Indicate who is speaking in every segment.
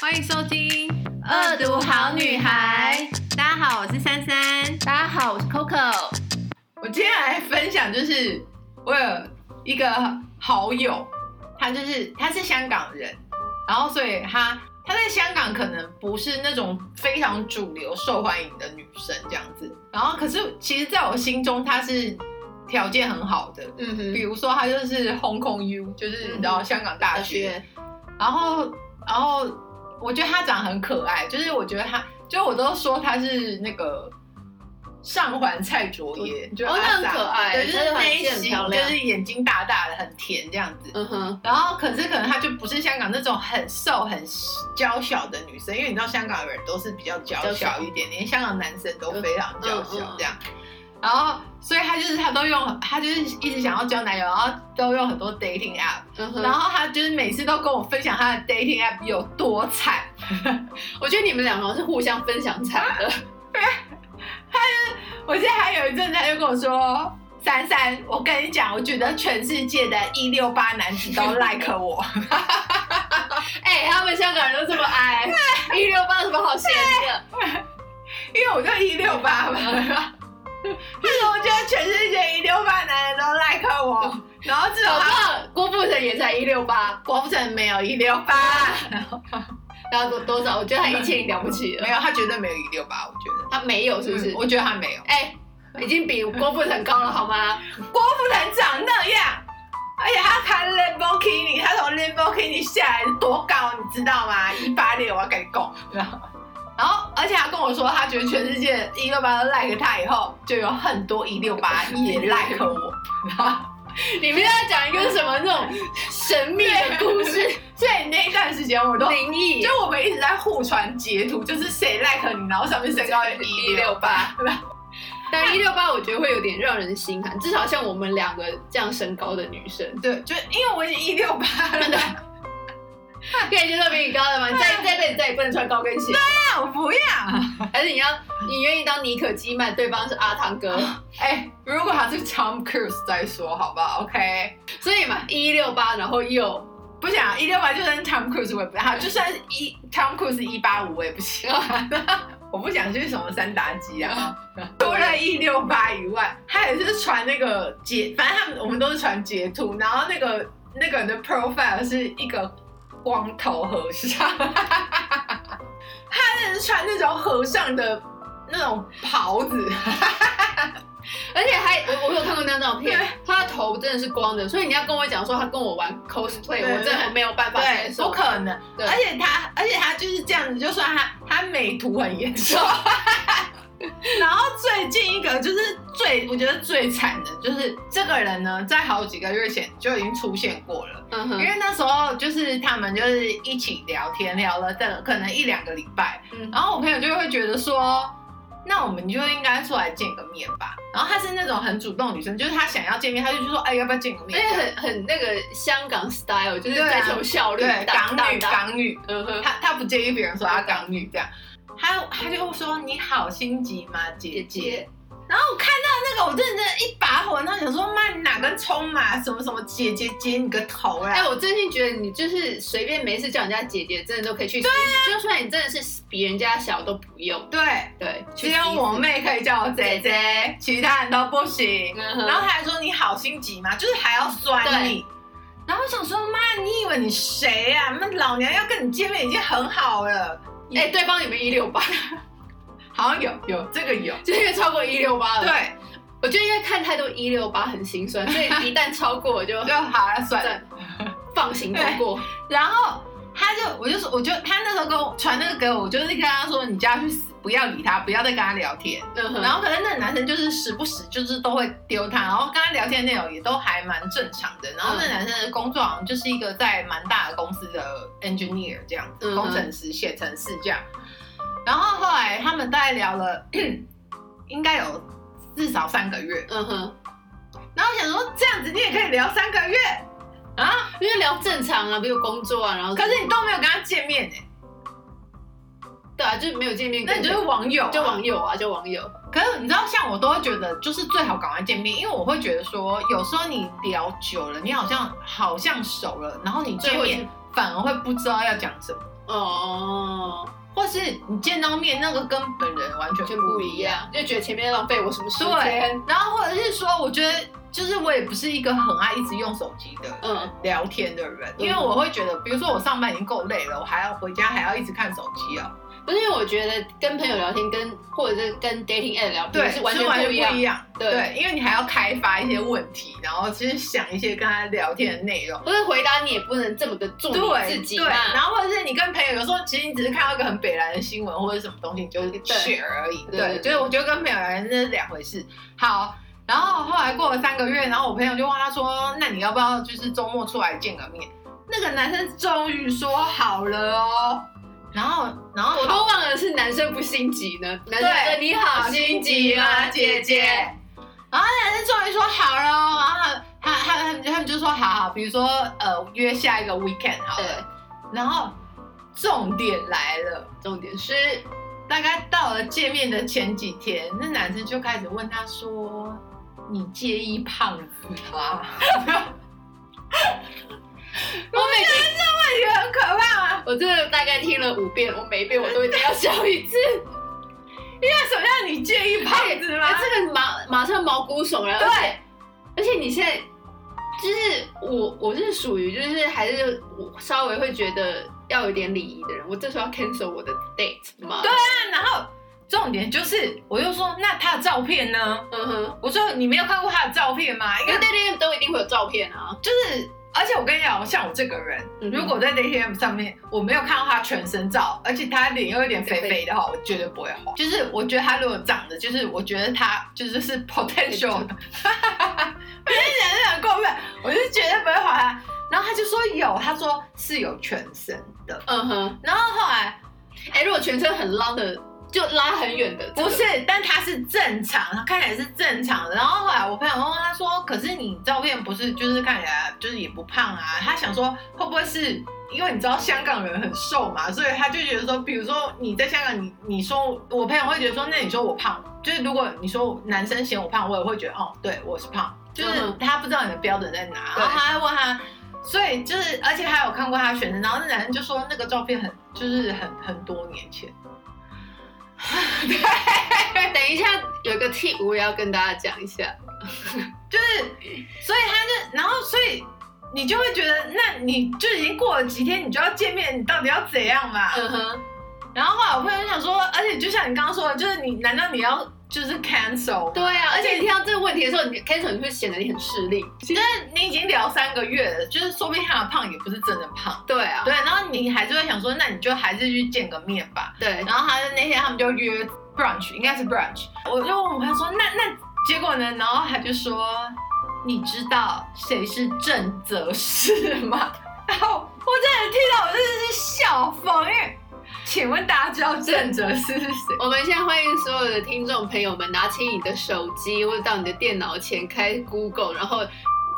Speaker 1: 欢迎收听《
Speaker 2: 恶毒好女孩》。
Speaker 1: 大家好，我是珊珊。
Speaker 2: 大家好，我是 Coco。
Speaker 3: 我今天来分享，就是我有一个好友，他就是他是香港人，然后所以他他在香港可能不是那种非常主流受欢迎的女生这样子，然后可是其实在我心中他是条件很好的，
Speaker 2: 嗯哼
Speaker 3: 比如说他就是 Hong Kong U，就是你知
Speaker 1: 嗯
Speaker 3: 道香港大学，然后，然后我觉得他长得很可爱，就是我觉得他，就我都说他是那个上环蔡卓妍，就
Speaker 2: 哦
Speaker 3: 阿
Speaker 2: 那很
Speaker 3: sa
Speaker 2: 可爱
Speaker 3: 对，就是
Speaker 2: 她的
Speaker 3: 那一
Speaker 2: 眼睛很
Speaker 3: 型，
Speaker 2: 漂
Speaker 3: 就
Speaker 2: 亮
Speaker 3: 是眼睛大大的，很甜这样子。
Speaker 2: 嗯哼，
Speaker 3: 然后，可是可能她就不是香港那种很瘦、很娇小的女生，因为你知道香港人都是比较娇
Speaker 2: 娇小
Speaker 3: 小一点，连香港男生都非常娇小
Speaker 2: 嗯嗯嗯
Speaker 3: 这样。然后，所以她就是她都用，她就是一直想要交男友，然后都用很多 dating app，
Speaker 2: 嗯哼，
Speaker 3: 然后他就是每次都跟我分享他的 dating app 有多惨，
Speaker 2: 我觉得你们两个好像是互相分享惨的。
Speaker 3: 我记得还有一阵子他就跟我说。珊珊，我跟你讲，我觉得全世界的一六八男子 都 like 我，
Speaker 2: 哎、他们香港人都这么矮， 一六八有什么好嫌弃的？
Speaker 3: 因为我就一六八嘛。他说，我觉得全世界一六八男人都 like 我，然后自从
Speaker 2: 搞
Speaker 3: 他
Speaker 2: 不 好郭富城也才一六八，
Speaker 3: 郭富城没有一六八，
Speaker 2: 然后多多少？我觉得他一千了不起了
Speaker 3: 没。有，他绝对没有一六八，我觉得，
Speaker 2: 他没有，是不是？
Speaker 3: 嗯我觉得他没有。
Speaker 2: 哎、已经比郭富城高了，好吗？
Speaker 3: 郭富城长那样，而且哎他开 Lamborghini，他从 Lamborghini 下来多高，你知道吗？一八六，我要跟你讲。然后，然后，而且他跟我说，他觉得全世界一六八都 like 他以后，就有很 多一六八也 like 我。然后
Speaker 2: 你们要讲一个什么那种神秘的故事？
Speaker 3: 所以那一段时间我都，
Speaker 2: 灵异，
Speaker 3: 就我们一直在互传截图，就是谁 like 你，然后上面身高一六八。
Speaker 2: 但一六八我觉得会有点让人心寒，至少像我们两个这样身高的女生，
Speaker 3: 对，就因为我已经一六八了，
Speaker 2: 可以接受比你高的吗？你再再辈子再也不能穿高跟 鞋，
Speaker 3: 那我不要。
Speaker 2: 还是你要你愿意当妮可基曼，对方是阿汤哥，
Speaker 3: 哎、如果他是 Tom Cruise 再说好不好？OK。
Speaker 2: 所以嘛一六八，然后又
Speaker 3: 不想啊一六八，就算 Tom Cruise 我也不好，就算一 Tom Cruise 一八五我也不行。 我不想去什么三打机啊，除了一六八以外，他也是传那个截，反正他们我们都是传截图，然后那个那个人的 profile 是一个光头和尚， 他是穿那种和尚的那种袍子，
Speaker 2: 而且还我我有看过那张照片
Speaker 3: 对，
Speaker 2: 他的头真的是光的，所以你要跟我讲说他跟我玩 cosplay，
Speaker 3: 对
Speaker 2: 我真的没有办法接
Speaker 3: 对，不
Speaker 2: 受。
Speaker 3: 可能。
Speaker 2: 对
Speaker 3: 而且他，而且他就是这样子，就算他他美图很严重。 然后最近一个就是最我觉得最惨的，就是这个人呢，在好几个月前就已经出现过了，
Speaker 2: 嗯
Speaker 3: 因
Speaker 2: 哼，
Speaker 3: 为那时候就是他们就是一起聊天，聊了这可能一两个礼拜，
Speaker 2: 嗯
Speaker 3: 然后我朋友就会觉得说，那我们就应该出来见个面吧。然后她是那种很主动的女生，就是她想要见面，她就去说，哎，要不要见个
Speaker 2: 而
Speaker 3: 面？
Speaker 2: 且很很那个香港 style，就是
Speaker 3: 对啊
Speaker 2: 追求效率，
Speaker 3: 对，港
Speaker 2: 当当
Speaker 3: 女，
Speaker 2: 当
Speaker 3: 港女。
Speaker 2: 嗯哼，
Speaker 3: 他他不介意别人说他港女这样，他他就说你好心急吗，姐姐？
Speaker 2: 姐姐，
Speaker 3: 然后我看到那个，我真的一把火，然后想说妈，你哪根葱嘛，什么什么姐姐姐你个头啊啦！
Speaker 2: 哎、我真心觉得你就是随便没事叫人家姐姐，真的都可以去。对啊就算你真的是比人家小都不用。
Speaker 3: 对，
Speaker 2: 对，
Speaker 3: 只有我
Speaker 2: 们。
Speaker 3: 妹可以叫我姐姐，其他人都不行。
Speaker 2: 嗯哼
Speaker 3: 然后他还说你好心急嘛，就是还要酸你。然后我想说妈，你以为你谁啊？妈，老娘要跟你见面已经很好了。
Speaker 2: 哎、对方有没有一六八？
Speaker 3: 好像有有这个有，
Speaker 2: 就是因为超过一六八了。，
Speaker 3: 对，
Speaker 2: 我就因为看太多一六八很心酸， 所以一旦超过我就
Speaker 3: 就好了，算了。
Speaker 2: 算放行通过。
Speaker 3: 然后他就，我就说，我就他那时候跟我传那个给我，我就是跟他说，你叫他去死，不要理他，不要再跟他聊天。
Speaker 2: 嗯哼，
Speaker 3: 然后可能那个男生就是时不时就是都会丢他，然后跟他聊天内容也都还蛮正常的。
Speaker 2: 嗯
Speaker 3: 然后那男生的工作好像就是一个在蛮大的公司的 engineer 这样子，
Speaker 2: 嗯哼
Speaker 3: 工程师写程式这样。然后后来他们大概聊了， 应该有至少三个月。
Speaker 2: 嗯哼，
Speaker 3: 然后我想说这样子你也可以聊三个月，
Speaker 2: 因为聊正常啊，比如工作啊，然后
Speaker 3: 可是你都没有跟他见面哎、
Speaker 2: 对啊，就是没有见面
Speaker 3: 那
Speaker 2: 过，
Speaker 3: 你就是网友啊、
Speaker 2: 就网友啊，就网友。
Speaker 3: 可是你知道，像我都会觉得，就是最好赶快见面，因为我会觉得说，有时候你聊久了，你好像好像熟了，然后你见
Speaker 2: 最后
Speaker 3: 面
Speaker 2: 是
Speaker 3: 反而会不知道要讲什么，
Speaker 2: 哦，
Speaker 3: 或是你见到面那个跟本人完全
Speaker 2: 完全
Speaker 3: 不
Speaker 2: 不
Speaker 3: 一
Speaker 2: 一
Speaker 3: 样。
Speaker 2: 样，就觉得前面浪费我什么时间
Speaker 3: 对？，然后或者是说，我觉得就是我也不是一个很爱一直用手机的
Speaker 2: 嗯，
Speaker 3: 聊天的人，因为我会觉得，比如说我上班已经够累了，我还要回家还要一直看手机啊，
Speaker 2: 不是因为我觉得跟朋友聊天跟或者是跟 dating app 聊天
Speaker 3: 对，
Speaker 2: 是
Speaker 3: 是
Speaker 2: 完
Speaker 3: 完
Speaker 2: 全
Speaker 3: 全
Speaker 2: 不
Speaker 3: 不
Speaker 2: 一样
Speaker 3: 一。样，
Speaker 2: 对
Speaker 3: 对，因为你还要开发一些问题，然后就是想一些跟他聊天的内容。
Speaker 2: 不是回答你也不能这么的做你
Speaker 3: 对
Speaker 2: 自己
Speaker 3: 对，然
Speaker 2: 嘛，
Speaker 3: 后或者是你跟朋友有时候，其实你只是看到一个很北蓝的新闻或者什么东西，你就是 share 而已。
Speaker 2: 对
Speaker 3: 对，
Speaker 2: 对
Speaker 3: 所以我觉得跟朋友聊天这是两回事。好，然后后来过了三个月，然后我朋友就问他说：“那你要不要就是周末出来见个面？”那个男生终于说好了哦，然后然后
Speaker 2: 我都忘了是男生不心急呢，男生
Speaker 3: 对
Speaker 2: 说你好心急
Speaker 3: 啊
Speaker 2: 吗，姐姐？
Speaker 3: 然后男生终于说好了哦，然后他他他他们他们就说好好，比如说呃约下一个 weekend 好了，
Speaker 2: 对，
Speaker 3: 然后重点来了，
Speaker 2: 重点是
Speaker 3: 大概到了见面的前几天，那男生就开始问他说：“你介意胖子吗？” 我每天这问题很可怕啊！
Speaker 2: 我真的大概听了五遍，我每一遍我都一定要笑一次。
Speaker 3: 因为什么叫你介意胖子吗？
Speaker 2: 哎这个马马上毛骨悚然，而且
Speaker 3: 啊对，
Speaker 2: 而且你现在就是我，我是属于就是还是我稍微会觉得要有点礼仪的人，我这时候要 cancel 我的 date 吗？
Speaker 3: 对，然后重点就是，我又说那他的照片呢？
Speaker 2: 嗯哼，
Speaker 3: 我说你没有看过他的照片吗？因
Speaker 2: 因为
Speaker 3: 为
Speaker 2: dating app 都一定会有照片啊，
Speaker 3: 就是，而且我跟你讲，像我这个人，
Speaker 2: 嗯
Speaker 3: 如果在 dating app 上面我没有看到他全身照，而且他脸又有点肥肥的话，我绝对不会滑。就是我觉得他如果长得，就是我觉得他就是是 potential 的，我就讲是很过分，我就绝对不会滑他。然后他就说有，他说是有全身的。
Speaker 2: 嗯哼，
Speaker 3: 然后后来
Speaker 2: 哎、如果全身很浪的，就拉很远的，
Speaker 3: 不是，但他是正常，他看起来是正常的。然后后来我朋友问他说：“可是你照片不是就是看起来就是也不胖啊？”他想说会不会是因为你知道香港人很瘦嘛，所以他就觉得说，比如说你在香港你，你说我朋友会觉得说，那你说我胖，就是如果你说男生嫌我胖，我也会觉得哦，对我是胖，就是
Speaker 2: 嗯
Speaker 3: 他不知道你的标准在哪，
Speaker 2: 对
Speaker 3: 然后他还问他。所以就是，而且还有看过他的全身，然后那男生就说那个照片很，就是很很多年前，
Speaker 2: 等一下有一个 tip 我也要跟大家讲一下，
Speaker 3: 就是，所以他就，然后所以你就会觉得，那你就已经过了几天，你就要见面，你到底要怎样嘛？
Speaker 2: 嗯哼，
Speaker 3: 然后后来我朋友就想说，而且就像你刚刚说的，就是你难道你要就是 cancel？
Speaker 2: 对啊，而且你听到这个问题的时候，你 cancel 你会显得你很势利，
Speaker 3: 但你已经聊三个月了，就是说不定他的胖也不是真的胖。
Speaker 2: 对啊，
Speaker 3: 对，然后你还是会想说，那你就还是去见个面吧。
Speaker 2: 对，
Speaker 3: 然后他就那天他们就约 brunch，应该是 brunch。我就问我朋友说，那那结果呢？然后他就说，你知道谁是郑则仕吗？ 然后我真的听到我真的是笑疯，因为请问大家知道郑则仕是谁？
Speaker 2: 我们现在欢迎所有的听众朋友们，拿起你的手机或者到你的电脑前开 Google，然后只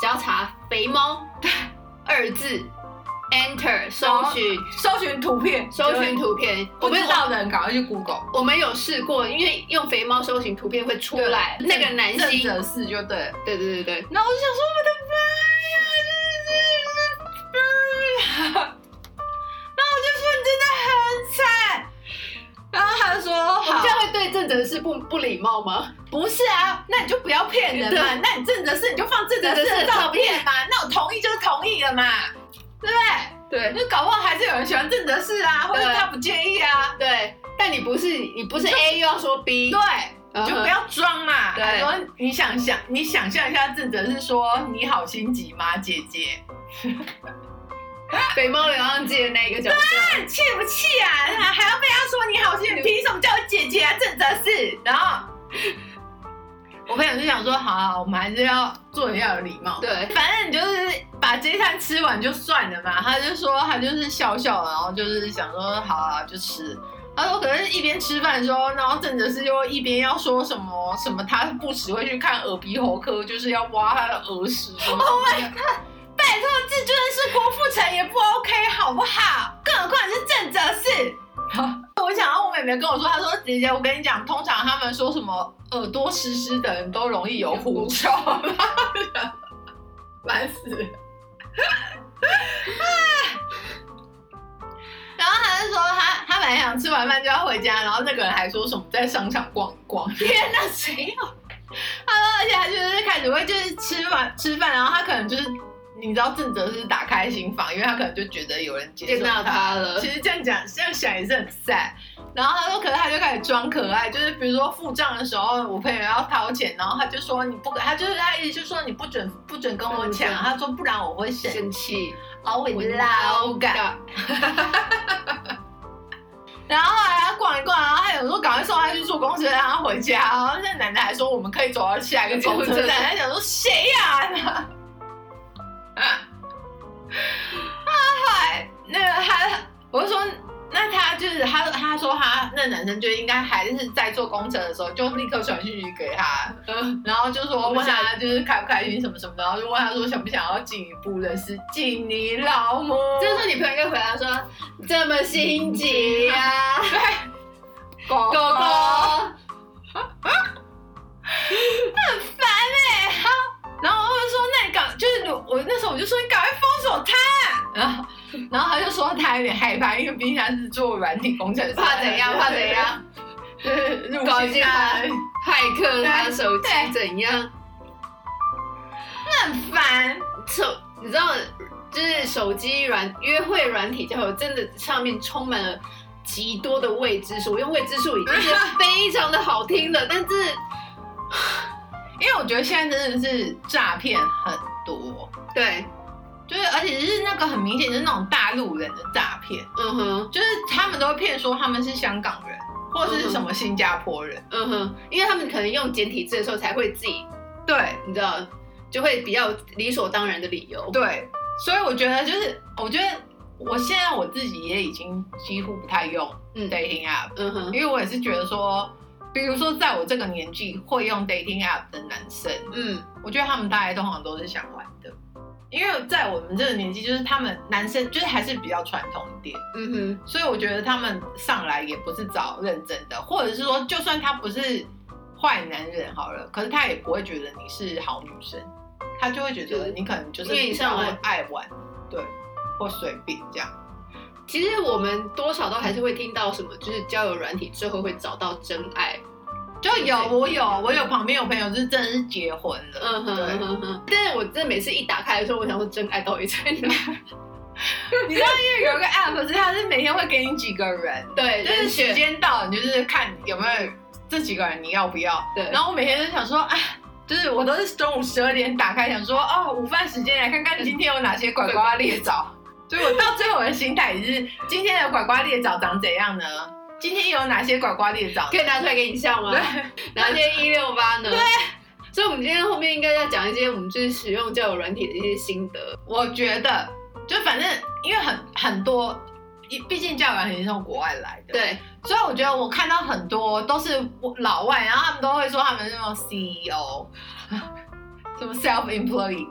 Speaker 2: 要查“肥猫”二字，Enter 搜寻
Speaker 3: 搜寻图片，
Speaker 2: 搜寻图片。
Speaker 3: 不
Speaker 2: 我
Speaker 3: 知
Speaker 2: 们
Speaker 3: 道的人赶快去 Google。
Speaker 2: 我们有试过，因为用肥猫搜寻图片会出来那个男
Speaker 3: 郑
Speaker 2: 星。
Speaker 3: 则仕就对了。
Speaker 2: 对对对对，
Speaker 3: 然后我就想说，我的妈呀，就是，然后我就说你真的很惨。然后他就说
Speaker 2: 我们
Speaker 3: 好
Speaker 2: 这，样会对郑则仕不不礼貌吗？
Speaker 3: 不是啊，那你就不要骗人嘛，
Speaker 2: 对
Speaker 3: 那你正则是你就放正则是
Speaker 2: 正则
Speaker 3: 的
Speaker 2: 是
Speaker 3: 照片嘛，那我同意就是同意了嘛，对不
Speaker 2: 对
Speaker 3: 对？那搞不好还是有人喜欢正则是啊，或者
Speaker 2: 对
Speaker 3: 他不介意啊，
Speaker 2: 对，但你不是你不是
Speaker 3: 你就
Speaker 2: A 又要说 B，
Speaker 3: 对。
Speaker 2: 嗯
Speaker 3: 就不要装嘛！
Speaker 2: 对
Speaker 3: 他说你想想，你想象一下，正则是说你好心急吗，姐姐？
Speaker 2: 肥猫流浪记的那个角色。
Speaker 3: 气不气啊？还要被他说你好心，你凭什么叫我姐姐啊？正则是。然后我朋友就想说，好啊，我们还是要做人要有礼貌。，
Speaker 2: 对，
Speaker 3: 反正你就是把这一餐吃完就算了嘛。他就说他就是笑笑，然后就是想说好啊，就吃。他说可是，一边吃饭的时候，然后正则是又一边要说什么什么，他不时会去看耳鼻喉科，就是要挖他的耳屎什么
Speaker 2: Oh
Speaker 3: 什么的。拜托，这就算是郭富城也不 OK，好不好？更何况是正则是。我想到我妹妹跟我说，她说姐姐，我跟你讲，通常他们说什么耳朵湿湿的人都容易有狐 臭， 烦死了。想吃完饭就要回家，然后那个人还说什么在商场逛一逛， 天哪，谁要？他说，而且他就是开始会就是吃完吃饭，然后他可能就是你知道正则是打开心房，因为他可能就觉得有人接
Speaker 2: 见
Speaker 3: 受
Speaker 2: 到他 了
Speaker 3: 其，实这样讲这样想也是很 sad。然后他说，可是他就开始装可爱，就是比如说付账的时候，我朋友要掏钱，然后他就说你不，他就是他意思就说你不准不准跟我抢，
Speaker 2: 嗯
Speaker 3: 他说不然我会生
Speaker 2: 生气，
Speaker 3: 好我
Speaker 2: 老
Speaker 3: 老感。然后后来他逛一逛，然后他有时候赶快送他去坐公车，让他回家。然后那男的还说我们可以走到下一个公车站，他想说谁呀、啊？后来那个他，我就说那他就是他，他说他那男生就应该还是在坐公车的时候就立刻传讯息给他，
Speaker 2: 嗯，
Speaker 3: 然后就说
Speaker 2: 我们
Speaker 3: 问
Speaker 2: 想
Speaker 3: 他就是开不开心什么什么的，然后就问他说想不想要进一步认识敬你老母？
Speaker 2: 这时候你朋友应该回答说：“这么心急啊呀、
Speaker 3: 狗
Speaker 2: 狗狗。
Speaker 3: 然后我就说：“那你赶就是我那时候我就说你赶快封锁他。”然后然后他就说他有点害怕，因为毕竟他是做软体工程师，
Speaker 2: 怕怎样怕怎样，
Speaker 3: 就是入
Speaker 2: 搞
Speaker 3: 侵
Speaker 2: 进
Speaker 3: 他，
Speaker 2: 来 骇客他手机
Speaker 3: 对
Speaker 2: 怎样？
Speaker 3: 很烦。
Speaker 2: 手你知道，就是手机软约会软体交友，真的上面充满了极多的未知数，因为未知数已经是非常的好听了，但是
Speaker 3: 因为我觉得现在真的是诈骗很多，
Speaker 2: 对，
Speaker 3: 就是而且是那个很明显就是那种大陆人的诈骗，
Speaker 2: 嗯哼，
Speaker 3: 就是他们都会骗说他们是香港人或者是什么新加坡人，
Speaker 2: 嗯哼，因为他们可能用简体字的时候才会自己，
Speaker 3: 对，
Speaker 2: 你知道，就会比较理所当然的理由。
Speaker 3: 对，所以我觉得就是，我觉得我现在我自己也已经几乎不太用
Speaker 2: 嗯
Speaker 3: dating app，、
Speaker 2: 嗯哼，
Speaker 3: 因为我也是觉得说，比如说在我这个年纪会用 dating app 的男生，
Speaker 2: 嗯，
Speaker 3: 我觉得他们大概通常都是想玩的，因为在我们这个年纪，就是他们男生就是还是比较传统一点，
Speaker 2: 嗯哼，
Speaker 3: 所以我觉得他们上来也不是找认真的，或者是说，就算他不是坏男人好了，可是他也不会觉得你是好女生，他就会觉
Speaker 2: 就
Speaker 3: 得
Speaker 2: 是
Speaker 3: 你可能就是
Speaker 2: 因为你上来
Speaker 3: 比较爱玩，对，或随便这样。
Speaker 2: 其实我们多少都还是会听到什么，就是交友软体最后会找到真爱。
Speaker 3: 就有我有我有旁边有朋友是真的是结婚了，
Speaker 2: 嗯哼嗯
Speaker 3: 对，
Speaker 2: 哼哼，但是我真的每次一打开的时候，我想说真爱到底在哪？
Speaker 3: 你知道因为有一个 app 是它是每天会给你几个人，
Speaker 2: 对，
Speaker 3: 就
Speaker 2: 人
Speaker 3: 是时
Speaker 2: 选
Speaker 3: 间到了你就是看有没有这几个人你要不要，
Speaker 2: 对，
Speaker 3: 然后我每天都想说，啊，就是我都是中午十二点打开，想说，哦，午饭时间来看看今天有哪些拐瓜裂枣。所以我到最后我的心态也是，今天的拐瓜裂枣长怎样呢？今天有哪些拐瓜裂枣呢？
Speaker 2: 可以拿出来给你笑吗？ 哪些一六八呢？对。所以，我们今天后面应该要讲一些我们就是使用交友软体的一些心得。
Speaker 3: 我觉得，就反正因为很很多，一毕竟教软体是从国外来的，，
Speaker 2: 对，
Speaker 3: 所以我觉得我看到很多都是老外，然后他们都会说他们是那种 CEO，什么 self employee，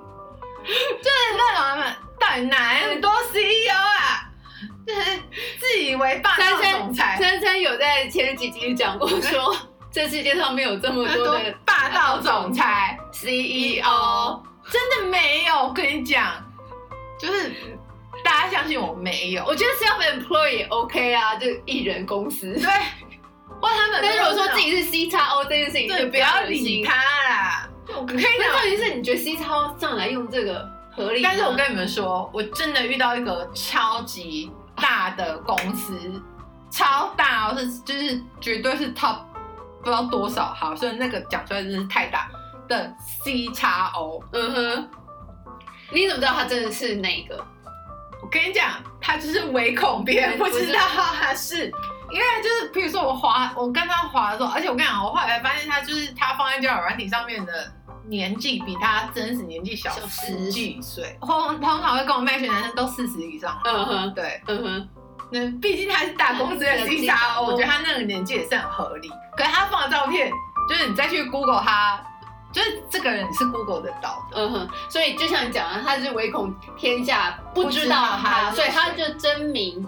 Speaker 3: 就是那种他们到底哪来那么多 CEO 啊？就是自以为霸道总裁，
Speaker 2: 珊珊有在前几集讲过说，这世界上没有这么多
Speaker 3: 多
Speaker 2: 的 E
Speaker 3: 霸道总裁，E
Speaker 2: CEO。
Speaker 3: 真的没有，我跟你讲，就是大家相信我没有，
Speaker 2: 我觉得 self employee 也 OK 啊，就一人公司。
Speaker 3: 对，或他们
Speaker 2: 但是如果说自
Speaker 3: 己
Speaker 2: 己是 C 叉 O 这件事情，
Speaker 3: 对
Speaker 2: 就
Speaker 3: 不要理他
Speaker 2: 他。
Speaker 3: 啦，我跟你
Speaker 2: 那
Speaker 3: 讲。
Speaker 2: 重点是，你觉得 C 叉 O 上来用这个合理吗？
Speaker 3: 但是我跟你们说，我真的遇到一个超级大的公司，超大哦，是就是绝对是 top 不知道多少好，所以那个讲出来真是太大的 C 叉 O。
Speaker 2: 嗯哼，你怎么知道他真的是哪一个？
Speaker 3: 我跟你讲，他就是唯恐别人不知道他是。因为就是，比如说我滑，我跟他滑的时候，而且我跟你讲，我后来发现他就是他放在交友软体上面的年纪比他真实年纪小
Speaker 2: 小
Speaker 3: 十几岁，通通常会跟我 match 的男生都四十以上了，
Speaker 2: 嗯哼，
Speaker 3: 对，
Speaker 2: 嗯哼，
Speaker 3: 那毕竟他是大公司的 C 叉 O，我觉得他那个年纪也是很合理。可是他放的照片，就是你再去 Google 他，就是这个人是 Google 得到的。
Speaker 2: 嗯哼。所以就像你讲的，他是唯恐天下不知
Speaker 3: 不知
Speaker 2: 道
Speaker 3: 道他
Speaker 2: 他，
Speaker 3: 是
Speaker 2: 所以
Speaker 3: 谁
Speaker 2: 他就真名，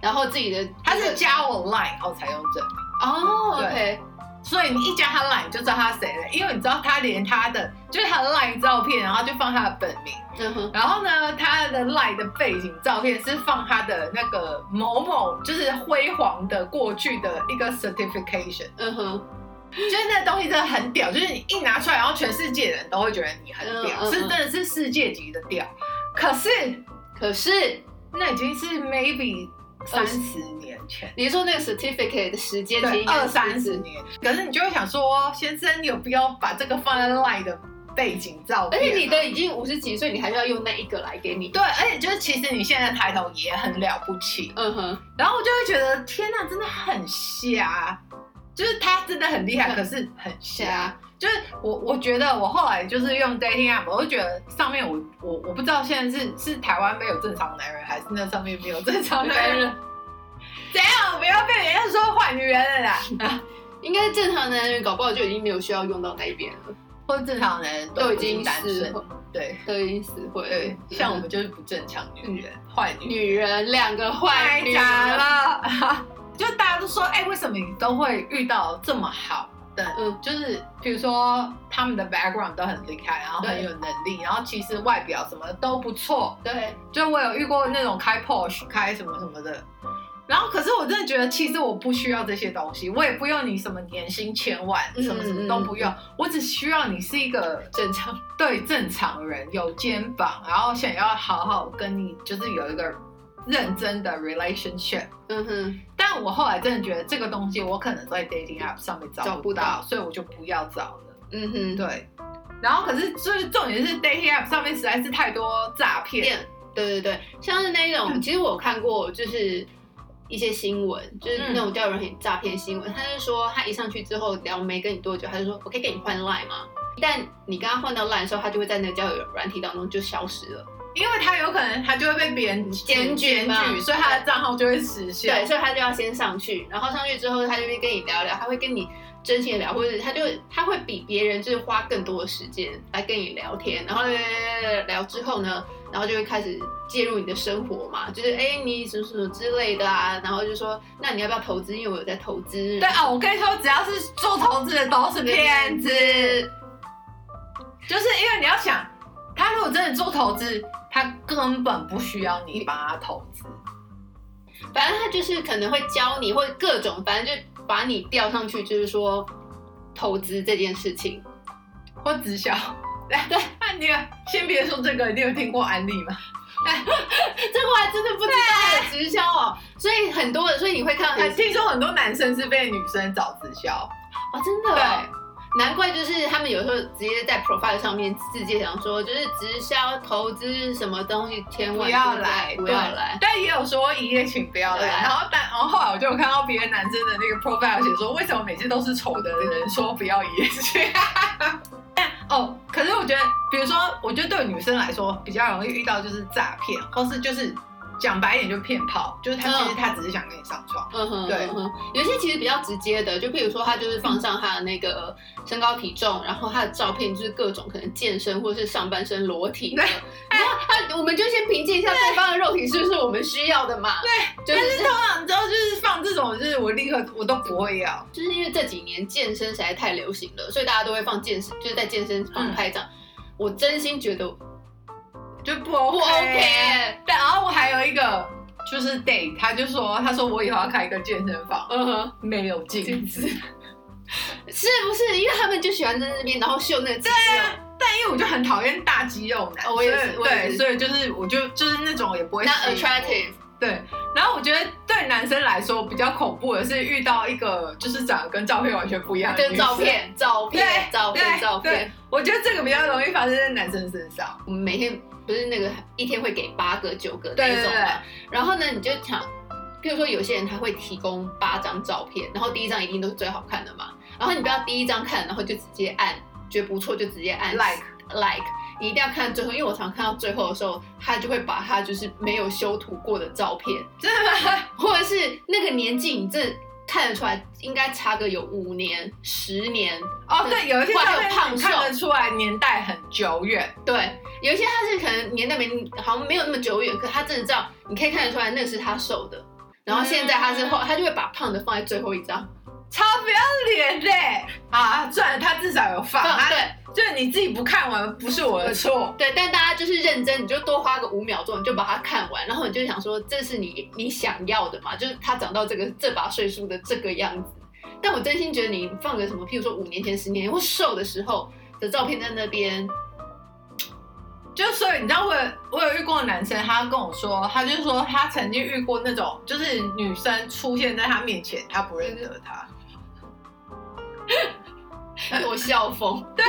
Speaker 2: 然后自己的
Speaker 3: 他是加我 Line 后才用这，
Speaker 2: 哦
Speaker 3: 对
Speaker 2: ，OK，
Speaker 3: 所以你一加他 line 就知道他谁了，因为你知道他连他的就是他的 line 照片，然后就放他的本名，
Speaker 2: 嗯哼，
Speaker 3: 然后呢，他的 line 的背景照片是放他的那个某某，就是辉煌的过去的一个 certification，
Speaker 2: 嗯哼，
Speaker 3: 就是那东西真的很屌，就是你一拿出来，然后全世界人都会觉得你很屌，
Speaker 2: 嗯嗯嗯
Speaker 3: 是真的是世界级的屌。可是
Speaker 2: 可是
Speaker 3: 那已经是 maybe 三十年前。
Speaker 2: 你说那个 certificate 的时间其实
Speaker 3: 对，
Speaker 2: 应该
Speaker 3: 二
Speaker 2: 是
Speaker 3: 三十，年，可是你就会想说，先生，你有必要把这个放在 LINE 的背景照
Speaker 2: 而
Speaker 3: 片吗？
Speaker 2: 且你都已经五十几岁，你还是要用那一个来给你。
Speaker 3: 对，而且就是其实你现在抬头也很了不起，
Speaker 2: 嗯哼，
Speaker 3: 然后我就会觉得天哪，真的很瞎，就是他真的很厉害，
Speaker 2: 嗯
Speaker 3: 可是很瞎
Speaker 2: 瞎。
Speaker 3: 就是我，我觉得我后来就是用 dating app，我就觉得上面我我我不知道现在是是台湾没有正常男人，还是那上面没有正常男人。怎样？不要被人家说坏女人了啦，
Speaker 2: 应该是正常的男人，搞不好就已经没有需要用到那一边了，
Speaker 3: 或者正常男人
Speaker 2: 都已
Speaker 3: 已经
Speaker 2: 经
Speaker 3: 单
Speaker 2: 死
Speaker 3: 身
Speaker 2: 会，，
Speaker 3: 对
Speaker 2: 都已经死会了。
Speaker 3: 对，
Speaker 2: 嗯
Speaker 3: 像我们就是不正常女人，坏女人。
Speaker 2: 女人两个坏
Speaker 3: 太
Speaker 2: 女
Speaker 3: 假
Speaker 2: 人，
Speaker 3: 了。 就大家都说，哎、为什么你都会遇到这么好的？
Speaker 2: 嗯
Speaker 3: 嗯，就是比如说他们的 background 都很厉害，然后很
Speaker 2: 对
Speaker 3: 有能力，然后其实外表什么都不错。
Speaker 2: 对，
Speaker 3: 就我有遇过那种开 Porsche、开什么什么的，然后可是我真的觉得，其实我不需要这些东西，我也不用你什么年薪千万，
Speaker 2: 嗯
Speaker 3: 什么什么都不用，我只需要你是一个
Speaker 2: 正常。
Speaker 3: 对正常人有肩膀，然后想要好好跟你就是有一个认真的 relationship。
Speaker 2: 嗯哼，
Speaker 3: 但我后来真的觉得这个东西，我可能在 dating app 上面
Speaker 2: 找
Speaker 3: 找
Speaker 2: 不
Speaker 3: 不
Speaker 2: 到
Speaker 3: 到，所以我就不要找了。
Speaker 2: 嗯哼，
Speaker 3: 对，然后可是就是重点是 dating app 上面实在是太多诈骗，
Speaker 2: 店，对对对，像是那一种，其实我有看过，就是一些新闻，就是那种叫人很诈骗新闻。他是说他一上去之后聊没跟你多久，他就说我可以给你换 line 吗？一旦你跟他换到 line 的时候，他就会在那个交友软体当中就消失了。
Speaker 3: 因为他有可能他就会被别人
Speaker 2: 检举
Speaker 3: 检
Speaker 2: 嘛
Speaker 3: 举，所以他的账号就会失效。
Speaker 2: 对，所以他就要先上去，然后上去之后，他就会跟你聊聊，他会跟你真心的聊，或者他就他会比别人就是花更多的时间来跟你聊天，然后聊聊聊聊之后呢，然后就会开始介入你的生活嘛，就是哎你什么什么之类的啊，然后就说那你要不要投资？因为我有在投资，
Speaker 3: 对啊，我跟你说，只要是做投资的都是骗子。就是因为你要想，他如果真的做投资，他根本不需要你帮他投资。
Speaker 2: 反正他就是可能会教你，或者各种，反正就把你调上去，就是说投资这件事情。
Speaker 3: 或直销。 对，那你有先别说这个，你有听过安利吗？
Speaker 2: 这个我还真的不知道有直销哦，所以很多的，所以你会看到很
Speaker 3: 哎，听说很多男生是被女生找直销，
Speaker 2: 哦，真的、哦，难怪就是他们有时候直接在 profile 上面直接想说，就是直销投资什么东西，千万
Speaker 3: 不要来，
Speaker 2: 不要
Speaker 3: 对
Speaker 2: 来。
Speaker 3: 但也有说一夜情不要来
Speaker 2: 对，啊
Speaker 3: 然后但然后后来我就有看到别的男生的那个 profile 写说，为什么每次都是丑的人说不要一夜情？ 但哦，可是我觉得，比如说，我觉得对女生来说比较容易遇到就是诈骗，或是就是讲白一点就骗炮，就是他其实
Speaker 2: 嗯
Speaker 3: 他只是想跟你上床，
Speaker 2: 嗯哼，
Speaker 3: 对
Speaker 2: 嗯哼，有些其实比较直接的，就譬如说他就是放上他的那个身高体重，然后他的照片就是各种可能健身或是上半身裸体的，然后他我们就先凭借一下对方的肉体是不是我们需要的嘛？对，就
Speaker 3: 但
Speaker 2: 是
Speaker 3: 是通常你知道，就是放这种，就是我立刻我都不会要。
Speaker 2: 就是因为这几年健身实在太流行了，所以大家都会放健身，就是在健身
Speaker 3: 嗯
Speaker 2: 房拍照。我真心觉得
Speaker 3: 就不啊 OK。
Speaker 2: 不 OK。
Speaker 3: 但然后我还有一个就是 date，他就说，他说我以后要开一个健身房，
Speaker 2: 嗯哼，
Speaker 3: 没有镜子。
Speaker 2: 是不是？因为他们就喜欢在那边，然后秀那个肌肉，
Speaker 3: 但因为我就很讨厌大肌肉男，
Speaker 2: 哦我也是
Speaker 3: 所以
Speaker 2: 我也是
Speaker 3: 对，所以就是我就就是那种也不会
Speaker 2: 那
Speaker 3: 吸引我
Speaker 2: attractive，
Speaker 3: 对，然后我觉得对男生来说比较恐怖的是遇到一个就是长得跟照片完全不一样的
Speaker 2: 跟
Speaker 3: 女
Speaker 2: 啊照
Speaker 3: 生，
Speaker 2: 片、照片、
Speaker 3: 对
Speaker 2: 照片、
Speaker 3: 对
Speaker 2: 照片
Speaker 3: 对。我觉得这个比较容易发生在男生身上。
Speaker 2: 我们每天不是那个一天会给八个、九个那
Speaker 3: 对
Speaker 2: 一
Speaker 3: 对
Speaker 2: 种
Speaker 3: 对
Speaker 2: 嘛？然后呢，你就想，譬如说有些人他会提供八张照片，然后第一张一定都是最好看的嘛。然后你不要第一张看，然后就直接按，觉得不错就直接按
Speaker 3: Like
Speaker 2: like。你一定要看最后，因为我常看到最后的时候，他就会把他就是没有修图过的照片，
Speaker 3: 真的吗？
Speaker 2: 或者是那个年纪，你这看得出来应该差个有五年、十年，
Speaker 3: 哦，对，有一些
Speaker 2: 哇还
Speaker 3: 照
Speaker 2: 有
Speaker 3: 片
Speaker 2: 胖
Speaker 3: 你
Speaker 2: 瘦
Speaker 3: 看得出来年代很久远，
Speaker 2: 对，有一些他是可能年代没好像没有那么久远，可他真的知道，你可以看得出来那是他瘦的，然后现在他是后，他就会把胖的放在最后一张，
Speaker 3: 超不要脸的、啊！算了，他至少有放，
Speaker 2: 放
Speaker 3: 他
Speaker 2: 对
Speaker 3: 就是你自己不看完不是我的错，
Speaker 2: 对，但大家就是认真，你就多花个五秒钟，你就把它看完，然后你就想说，这是你你想要的嘛？就是他长到这个这把岁数的这个样子。但我真心觉得，你放个什么，譬如说五年前、十年前或瘦的时候的照片在那边，
Speaker 3: 就所以你知道我有我有遇过男生，他跟我说，他就说他曾经遇过那种就是女生出现在他面前，他不认得他，
Speaker 2: 我笑疯， 啊
Speaker 3: 对，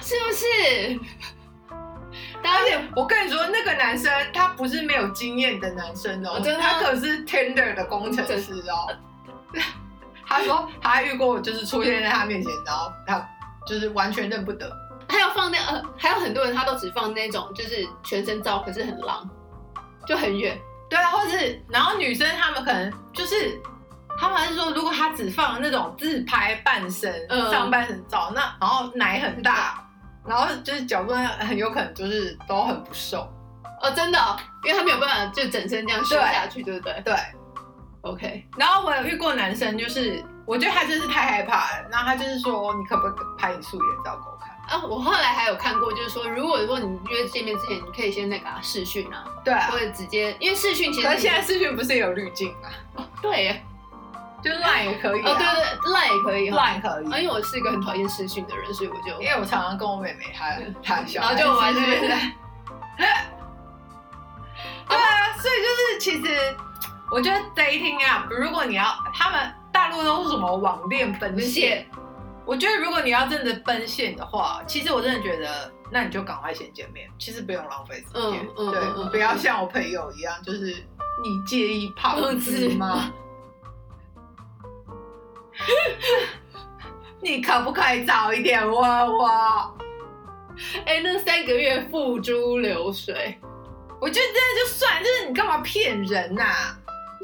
Speaker 2: 是 不是？大
Speaker 3: 而
Speaker 2: 家
Speaker 3: 且我跟你说，那个男生他不是没有经验的男生哦，
Speaker 2: 哦真的吗
Speaker 3: 他可是 Tender 的工程师 哦。他说他遇过，就是出现在他面前，然后他就是完全认不得。
Speaker 2: 还有放那呃，还有很多人他都只放那种就是全身照，可是很狼，就很远。
Speaker 3: 对啊，或是然后女生她们可能就是，他们还是说，如果她只放那种自拍半身、
Speaker 2: 嗯
Speaker 3: 上半身照，那然后奶很大，然后就是脚部很有可能就是都很不瘦。
Speaker 2: 哦，真的哦、因为他没有办法就整身这样修
Speaker 3: 对
Speaker 2: 下去，对不对
Speaker 3: 对，
Speaker 2: ？OK，
Speaker 3: 然后我有遇过男生，就是我觉得他就是太害怕了，然后他就是说，你可不可以拍你素颜照给我看？
Speaker 2: 啊，我后来还有看过，就是说，如果说你约见面之前，你可以先那个、啊、视讯啊，
Speaker 3: 对啊
Speaker 2: 或，者直接，因为视讯其实
Speaker 3: 可是现在视讯不是也有滤镜嘛？
Speaker 2: 对耶，
Speaker 3: 就是 line 也可以、啊，
Speaker 2: 哦对对，赖也可以哈、
Speaker 3: ，line 可
Speaker 2: 啊，
Speaker 3: 以。
Speaker 2: 因为我是一个很讨厌视讯的人，所以我就
Speaker 3: 哦因为我常常跟我妹妹她她小孩
Speaker 2: 然后
Speaker 3: 子，
Speaker 2: 就完全
Speaker 3: 对啊，所以就是其实我觉得 dating app，如果你要他们大陆都是什么网恋奔
Speaker 2: 不
Speaker 3: 现
Speaker 2: 屑，
Speaker 3: 我觉得如果你要真的奔现的话，其实我真的觉得，那你就赶快先见面，其实不用浪费时间。
Speaker 2: 嗯嗯
Speaker 3: 对，
Speaker 2: 嗯嗯
Speaker 3: 不要像我朋友一样，就是你介意胖子吗？
Speaker 2: 嗯
Speaker 3: 你可不可以早一点问我？
Speaker 2: 哎、那三个月付诸流水，
Speaker 3: 我觉得真的就算，就是你干嘛骗人啊呐、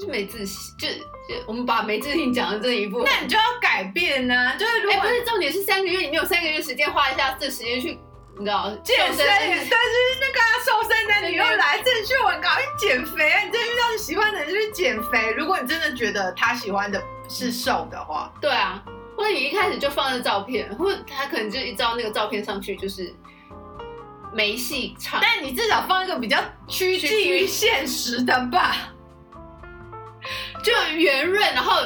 Speaker 2: 就没自信，就就我们把没自信讲的这一步。
Speaker 3: 那你就要改变呐、就是如
Speaker 2: 哎、
Speaker 3: 果
Speaker 2: 不是重点是三个月，你没有三个月时间花一下这时间去，你知道
Speaker 3: 健身，但是那个啊瘦身男女又来，郑秀文赶快去减肥啊！你真遇到你喜欢的人就去减肥。如果你真的觉得他喜欢的是瘦的话，
Speaker 2: 对啊，或者你一开始就放那照片，或者他可能就一照那个照片上去，就是没戏唱。
Speaker 3: 但你至少放一个比较趋近于现实的吧。
Speaker 2: 就圆润，然后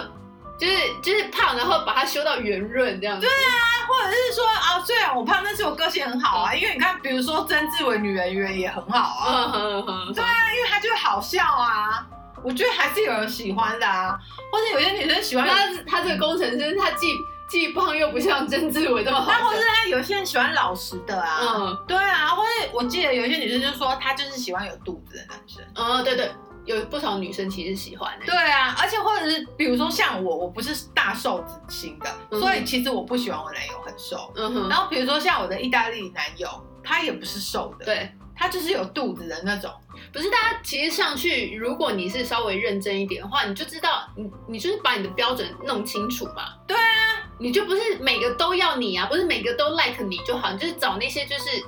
Speaker 2: 就是就是胖，然后把它修到圆润这样子。
Speaker 3: 或者是说啊，虽然我胖，但是我个性很好啊。因为你看，比如说曾志伟女人缘也很好啊，
Speaker 2: 嗯哼哼，对，
Speaker 3: 因为她就好笑啊。我觉得还是有人喜欢的啊，或者有些女生喜欢，
Speaker 2: 他他这个工程师，他既既胖又不像曾志伟这么好
Speaker 3: 那或
Speaker 2: 笑
Speaker 3: 者。是她有些人喜欢老实的啊。
Speaker 2: 嗯
Speaker 3: 对啊，或者我记得有一些女生就说她就是喜欢有肚子的男生。
Speaker 2: 嗯，对对，有不少女生其实喜欢、欸。
Speaker 3: 对啊，而且或者是比如说像我，我不是大瘦子型的，
Speaker 2: 嗯
Speaker 3: 所以其实我不喜欢我男友很瘦。
Speaker 2: 嗯哼，
Speaker 3: 然后比如说像我的意大利男友，他也不是瘦的，，
Speaker 2: 对，
Speaker 3: 他就是有肚子的那种。
Speaker 2: 不是大家其实上去，如果你是稍微认真一点的话，你就知道你你就是把你的标准弄清楚嘛。
Speaker 3: 对
Speaker 2: 啊，你就不是每个都要你啊，不是每个都 like 你就好，你就是找那些就是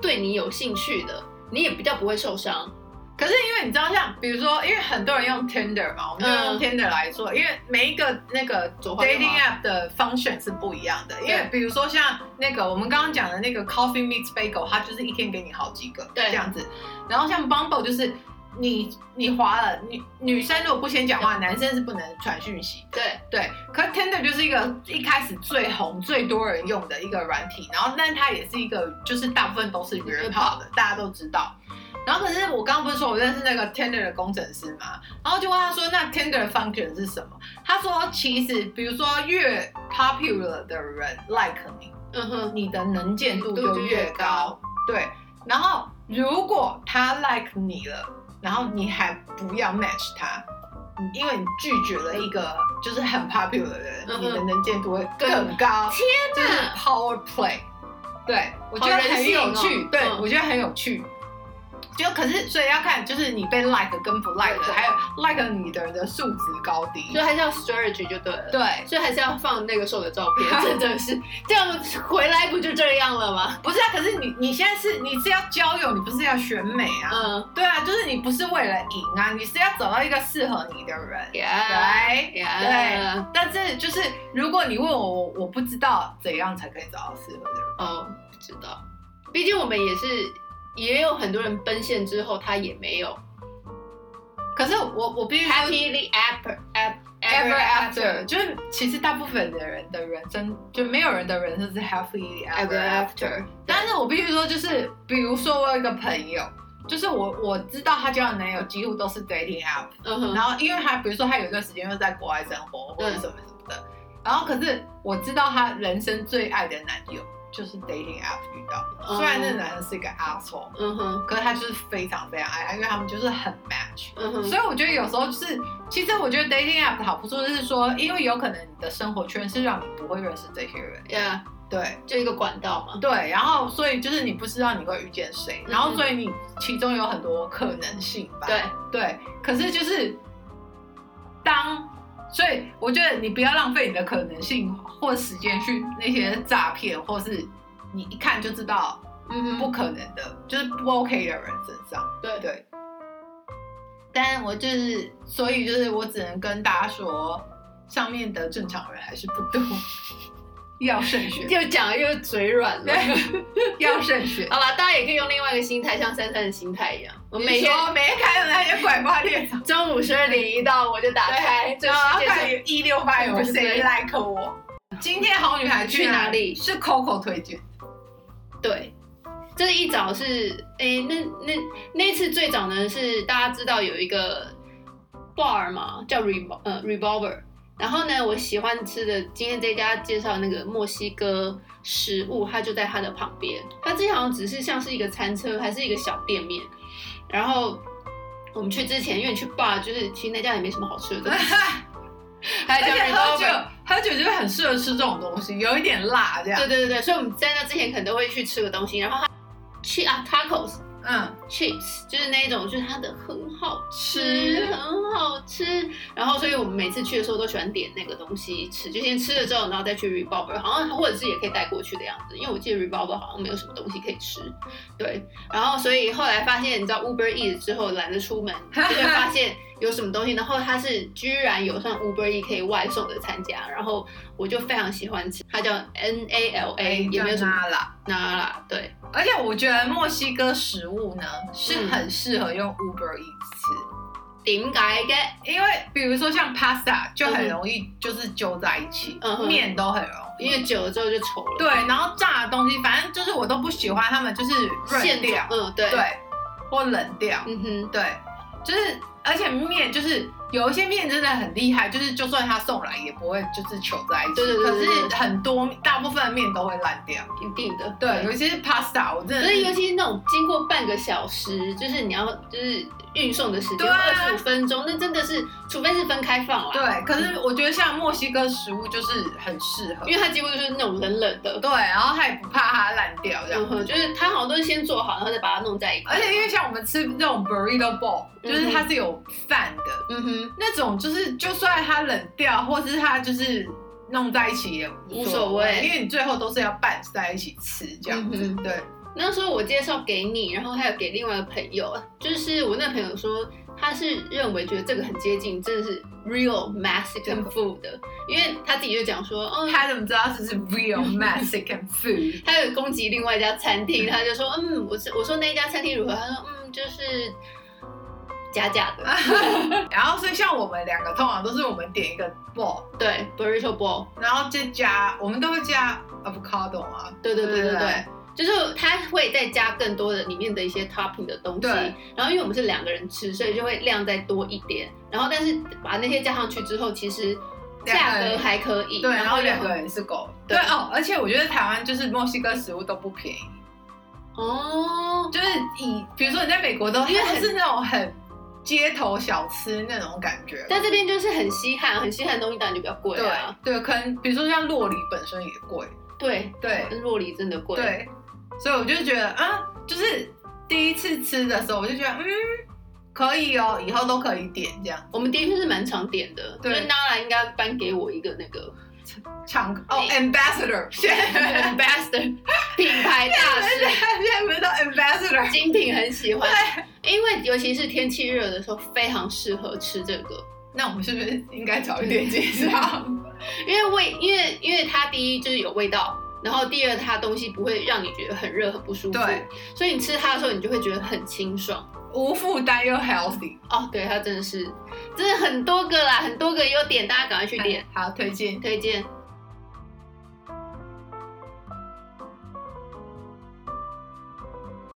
Speaker 2: 对你有兴趣的，你也比较不会受伤。
Speaker 3: 可是因为你知道，像比如说，因为很多人用 Tinder 嘛，我们就用
Speaker 2: 嗯
Speaker 3: Tinder 来做，因为每一个那个
Speaker 2: 左滑右滑
Speaker 3: dating app 的 function 是不一样的。因为比如说像那个我们刚刚讲的那个 Coffee Meets Bagel，它就是一天给你好几个
Speaker 2: 对
Speaker 3: 这样子。然后像 Bumble 就是你你滑了，女女生如果不先讲话，男生是不能传讯息。
Speaker 2: 对，
Speaker 3: 对，可是 Tinder 就是一个一开始最红、最多人用的一个软体，然后但它也是一个就是大部分都是约炮的，大家都知道。然后可是我刚刚不是说我认识那个 Tinder 的工程师嘛，然后就问他说，那 Tinder 的 function 是什么？他说其实比如说越 popular 的人 like 你，
Speaker 2: 嗯哼，
Speaker 3: 你的能见度就越高。对，然后如果他 like 你了，然后你还不要 match 他，你因为你拒绝了一个就是很 popular 的人，
Speaker 2: 嗯哼嗯
Speaker 3: 你的能见度会更高。天就是 power play。对，我觉得
Speaker 2: 好人
Speaker 3: 很
Speaker 2: 性
Speaker 3: 有
Speaker 2: 哦
Speaker 3: 趣。对，
Speaker 2: 嗯
Speaker 3: 我觉得很有趣。就可是所以要看就是你被 like 跟不 like
Speaker 2: 对
Speaker 3: 的，
Speaker 2: 对
Speaker 3: 还有 like 你的人的素质高低。
Speaker 2: 所以还是要 strategy 就对了。
Speaker 3: 对，
Speaker 2: 所以还是要放那个瘦的照片，真的是这样回来不就这样了吗？
Speaker 3: 不是啊，可是你你现在是你是要交友，你不是要选美啊？
Speaker 2: 嗯
Speaker 3: 对啊，就是你不是为了赢啊，你是要找到一个适合你的人。
Speaker 2: ，Yeah
Speaker 3: 对，
Speaker 2: Yeah，
Speaker 3: 但是就是如果你问我，我我不知道怎样才可以找到适合的人。
Speaker 2: 哦，不知道，毕竟我们也是也有很多人奔现之后，他也没有
Speaker 3: 可是我我必须说
Speaker 2: happily ever ever
Speaker 3: ever after，就是其实大部分的人的人生就没有人的人生是 happy
Speaker 2: ever
Speaker 3: ever after。
Speaker 2: after，
Speaker 3: 但是我必须说，就是比如说我有一个朋友，就是我我知道她交的男友几乎都是 dating app，
Speaker 2: 嗯哼
Speaker 3: 然，后因为她比如说她有一段时间又在国外生活或者什么什么的，然后可是我知道她人生最爱的男友就是 dating app 遇到的，
Speaker 2: 哦
Speaker 3: 虽然那个男的是一个 asshole，
Speaker 2: 嗯哼，
Speaker 3: 可是他就是非常非常爱他，因为他们就是很 match。
Speaker 2: 嗯哼，
Speaker 3: 所以我觉得有时候就是，其实我觉得 dating app 的好处就是说，因为有可能你的生活圈是让你不会认识这些人，
Speaker 2: ，Yeah，
Speaker 3: 对
Speaker 2: 就一个管道嘛，
Speaker 3: 对，然后所以就是你不知道你会遇见谁，
Speaker 2: 嗯
Speaker 3: 然后所以你其中有很多可能性吧，
Speaker 2: 对，
Speaker 3: 对，可是就是当，所以我觉得你不要浪费你的可能性或时间去那些诈骗，或是你一看就知道
Speaker 2: 嗯
Speaker 3: 不
Speaker 2: 哼，
Speaker 3: 可能的，就是不 OK 的人身上。
Speaker 2: 对，
Speaker 3: 对。但我就是，所以就是我只能跟大家说，上面的正常人还是不多， 要慎选，
Speaker 2: 又讲又嘴软了。
Speaker 3: 要慎选。
Speaker 2: 好啦，大家也可以用另外一个心态，像珊珊的心态一样，我
Speaker 3: 你
Speaker 2: 每天
Speaker 3: 说每天看到那些拐瓜裂枣，
Speaker 2: 中午十二点一到我就打开这
Speaker 3: 然后
Speaker 2: 世界
Speaker 3: 看
Speaker 2: 上。
Speaker 3: 有一六八有
Speaker 2: 对
Speaker 3: 谁
Speaker 2: 对
Speaker 3: like 我。今天好女孩去
Speaker 2: 去哪里
Speaker 3: 是 Coco 推荐，
Speaker 2: 对，这一早是诶，那那那次最早呢是大家知道有一个 bar 嘛，叫 re 呃 revolver。然后呢，我喜欢吃的今天这家介绍那个墨西哥食物，它就在它的旁边。它之前好像只是像是一个餐车，还是一个小店面。然后我们去之前，因为去 bar 就是其实那家也没什么好吃 的东 西，还
Speaker 3: 而
Speaker 2: 有叫
Speaker 3: 且喝酒
Speaker 2: revolver。
Speaker 3: 喝酒就是很适合吃这种东西，有一点辣这样
Speaker 2: 对。对对对，所以我们在那之前可能都会去吃个东西，然后它 chi 啊 tacos，
Speaker 3: 嗯，
Speaker 2: chips，就是那一种，就是它的很好吃，
Speaker 3: 吃
Speaker 2: 很好吃。然后，所以我们每次去的时候都喜欢点那个东西吃，就先吃了之后，然后再去 Revolver，好像或者是也可以带过去的样子，因为我记得 Revolver 好像没有什么东西可以吃。对，然后所以后来发现，你知道 Uber Eats 之后懒得出门，就会发现有什么东西，然后它是居然有上 Uber E 可以外送的参加，然后我就非常喜欢吃，它叫 N A L A，也哎没有什么
Speaker 3: 辣辣。
Speaker 2: 那啦，对，
Speaker 3: 哎而且我觉得墨西哥食物呢是很适合用 Uber Eats
Speaker 2: 点解嘅？
Speaker 3: 吃，因为比如说像 pasta 就很容易就是揪在一起，
Speaker 2: 嗯哼
Speaker 3: 面都很容易。
Speaker 2: 因为久了之后就丑了。
Speaker 3: 对，然后炸的东西，反正就是我都不喜欢他们就是润
Speaker 2: 现
Speaker 3: 掉，
Speaker 2: 嗯，对，
Speaker 3: 对，或冷掉，
Speaker 2: 嗯哼，
Speaker 3: 对，就是而且面就是有一些面真的很厉害，就是就算他送来也不会就是糗在一起，
Speaker 2: 对对对对对
Speaker 3: 可是很多大部分的面都会烂掉，
Speaker 2: 一定的，嗯
Speaker 3: 对，尤其是 pasta 我真的
Speaker 2: 所以尤
Speaker 3: 是
Speaker 2: 其是那种经过半个小时，就是你要就是运送的时间
Speaker 3: 对啊
Speaker 2: 二十五分钟，那真的是，除非是分开放啦，
Speaker 3: 对，可是我觉得像墨西哥食物就是很适合，
Speaker 2: 因为它几乎就是那种冷冷的，
Speaker 3: 对，然后它也不怕它烂掉这样。
Speaker 2: 嗯哼，就是它好像都是先做好，然后再把它弄在一块，
Speaker 3: 啊而且因为像我们吃那种 burrito bowl，就是它是有饭的、
Speaker 2: 嗯哼，
Speaker 3: 那种，就是就算它冷掉，或是它就是弄在一起也无
Speaker 2: 无所
Speaker 3: 谓
Speaker 2: 谓，
Speaker 3: 因为你最后都是要拌在一起吃这样子。
Speaker 2: 嗯哼
Speaker 3: 对，
Speaker 2: 那时候我介绍给你，然后还有给另外一个朋友，就是我那个朋友说，他是认为觉得这个很接近，真的是 real Mexican food 的，因为他自己就讲说，哦，
Speaker 3: 他怎么知道 这是 real Mexican food？
Speaker 2: 他有攻击另外一家餐厅，他就说，嗯，我是我说那一家餐厅如何？他说，嗯，就是假假的，
Speaker 3: 啊然后所以像我们两个通常都是我们点一个 bowl，
Speaker 2: 对，burrito bowl，
Speaker 3: 然后再加我们都会加 avocado 啊，
Speaker 2: 对对对对对，就是他会再加更多的里面的一些 topping 的东西
Speaker 3: 对，
Speaker 2: 然后因为我们是两个人吃，所以就会量再多一点，然后但是把那些加上去之后，其实
Speaker 3: 两
Speaker 2: 价
Speaker 3: 个人
Speaker 2: 格还可以，
Speaker 3: 对，然后两
Speaker 2: 又
Speaker 3: 个人是够。对
Speaker 2: 对
Speaker 3: 哦，而且我觉得台湾就是墨西哥食物都不便宜，
Speaker 2: 哦，
Speaker 3: 就是以比如说你在美国都
Speaker 2: 因为很
Speaker 3: 它是那种很街头小吃那种感觉，
Speaker 2: 在这边就是很稀罕，很稀罕的东西当然就比较贵
Speaker 3: 对
Speaker 2: 啊，
Speaker 3: 对，可能比如说像洛梨本身也贵，
Speaker 2: 对，
Speaker 3: 对
Speaker 2: 嗯洛梨真的贵，
Speaker 3: 对，所以我就觉得啊，就是第一次吃的时候，我就觉得嗯，可以哦，以后都可以点这样。
Speaker 2: 我们的确是蛮常点的，
Speaker 3: 对
Speaker 2: 就是娜娜应该颁给我一个那 个
Speaker 3: 唱歌哦
Speaker 2: 哎
Speaker 3: ，ambassador，现在
Speaker 2: ambassador 品牌大
Speaker 3: 现在
Speaker 2: 使，
Speaker 3: 现在不是都 ambassador，
Speaker 2: 精品很喜欢，
Speaker 3: 对。
Speaker 2: 因为尤其是天气热的时候，非常适合吃这个。
Speaker 3: 那我们是不是应该早一点介 绍？
Speaker 2: 因为味，因为因为它第一就是有味道，然后第二它东西不会让你觉得很热很不舒服，
Speaker 3: 对，
Speaker 2: 所以你吃它的时候你就会觉得很清爽。
Speaker 3: 无负担又 healthy，
Speaker 2: 哦，对，它真的是，真的很多个啦，很多个优点，大家赶快去点，
Speaker 3: 好推荐。
Speaker 2: 推荐。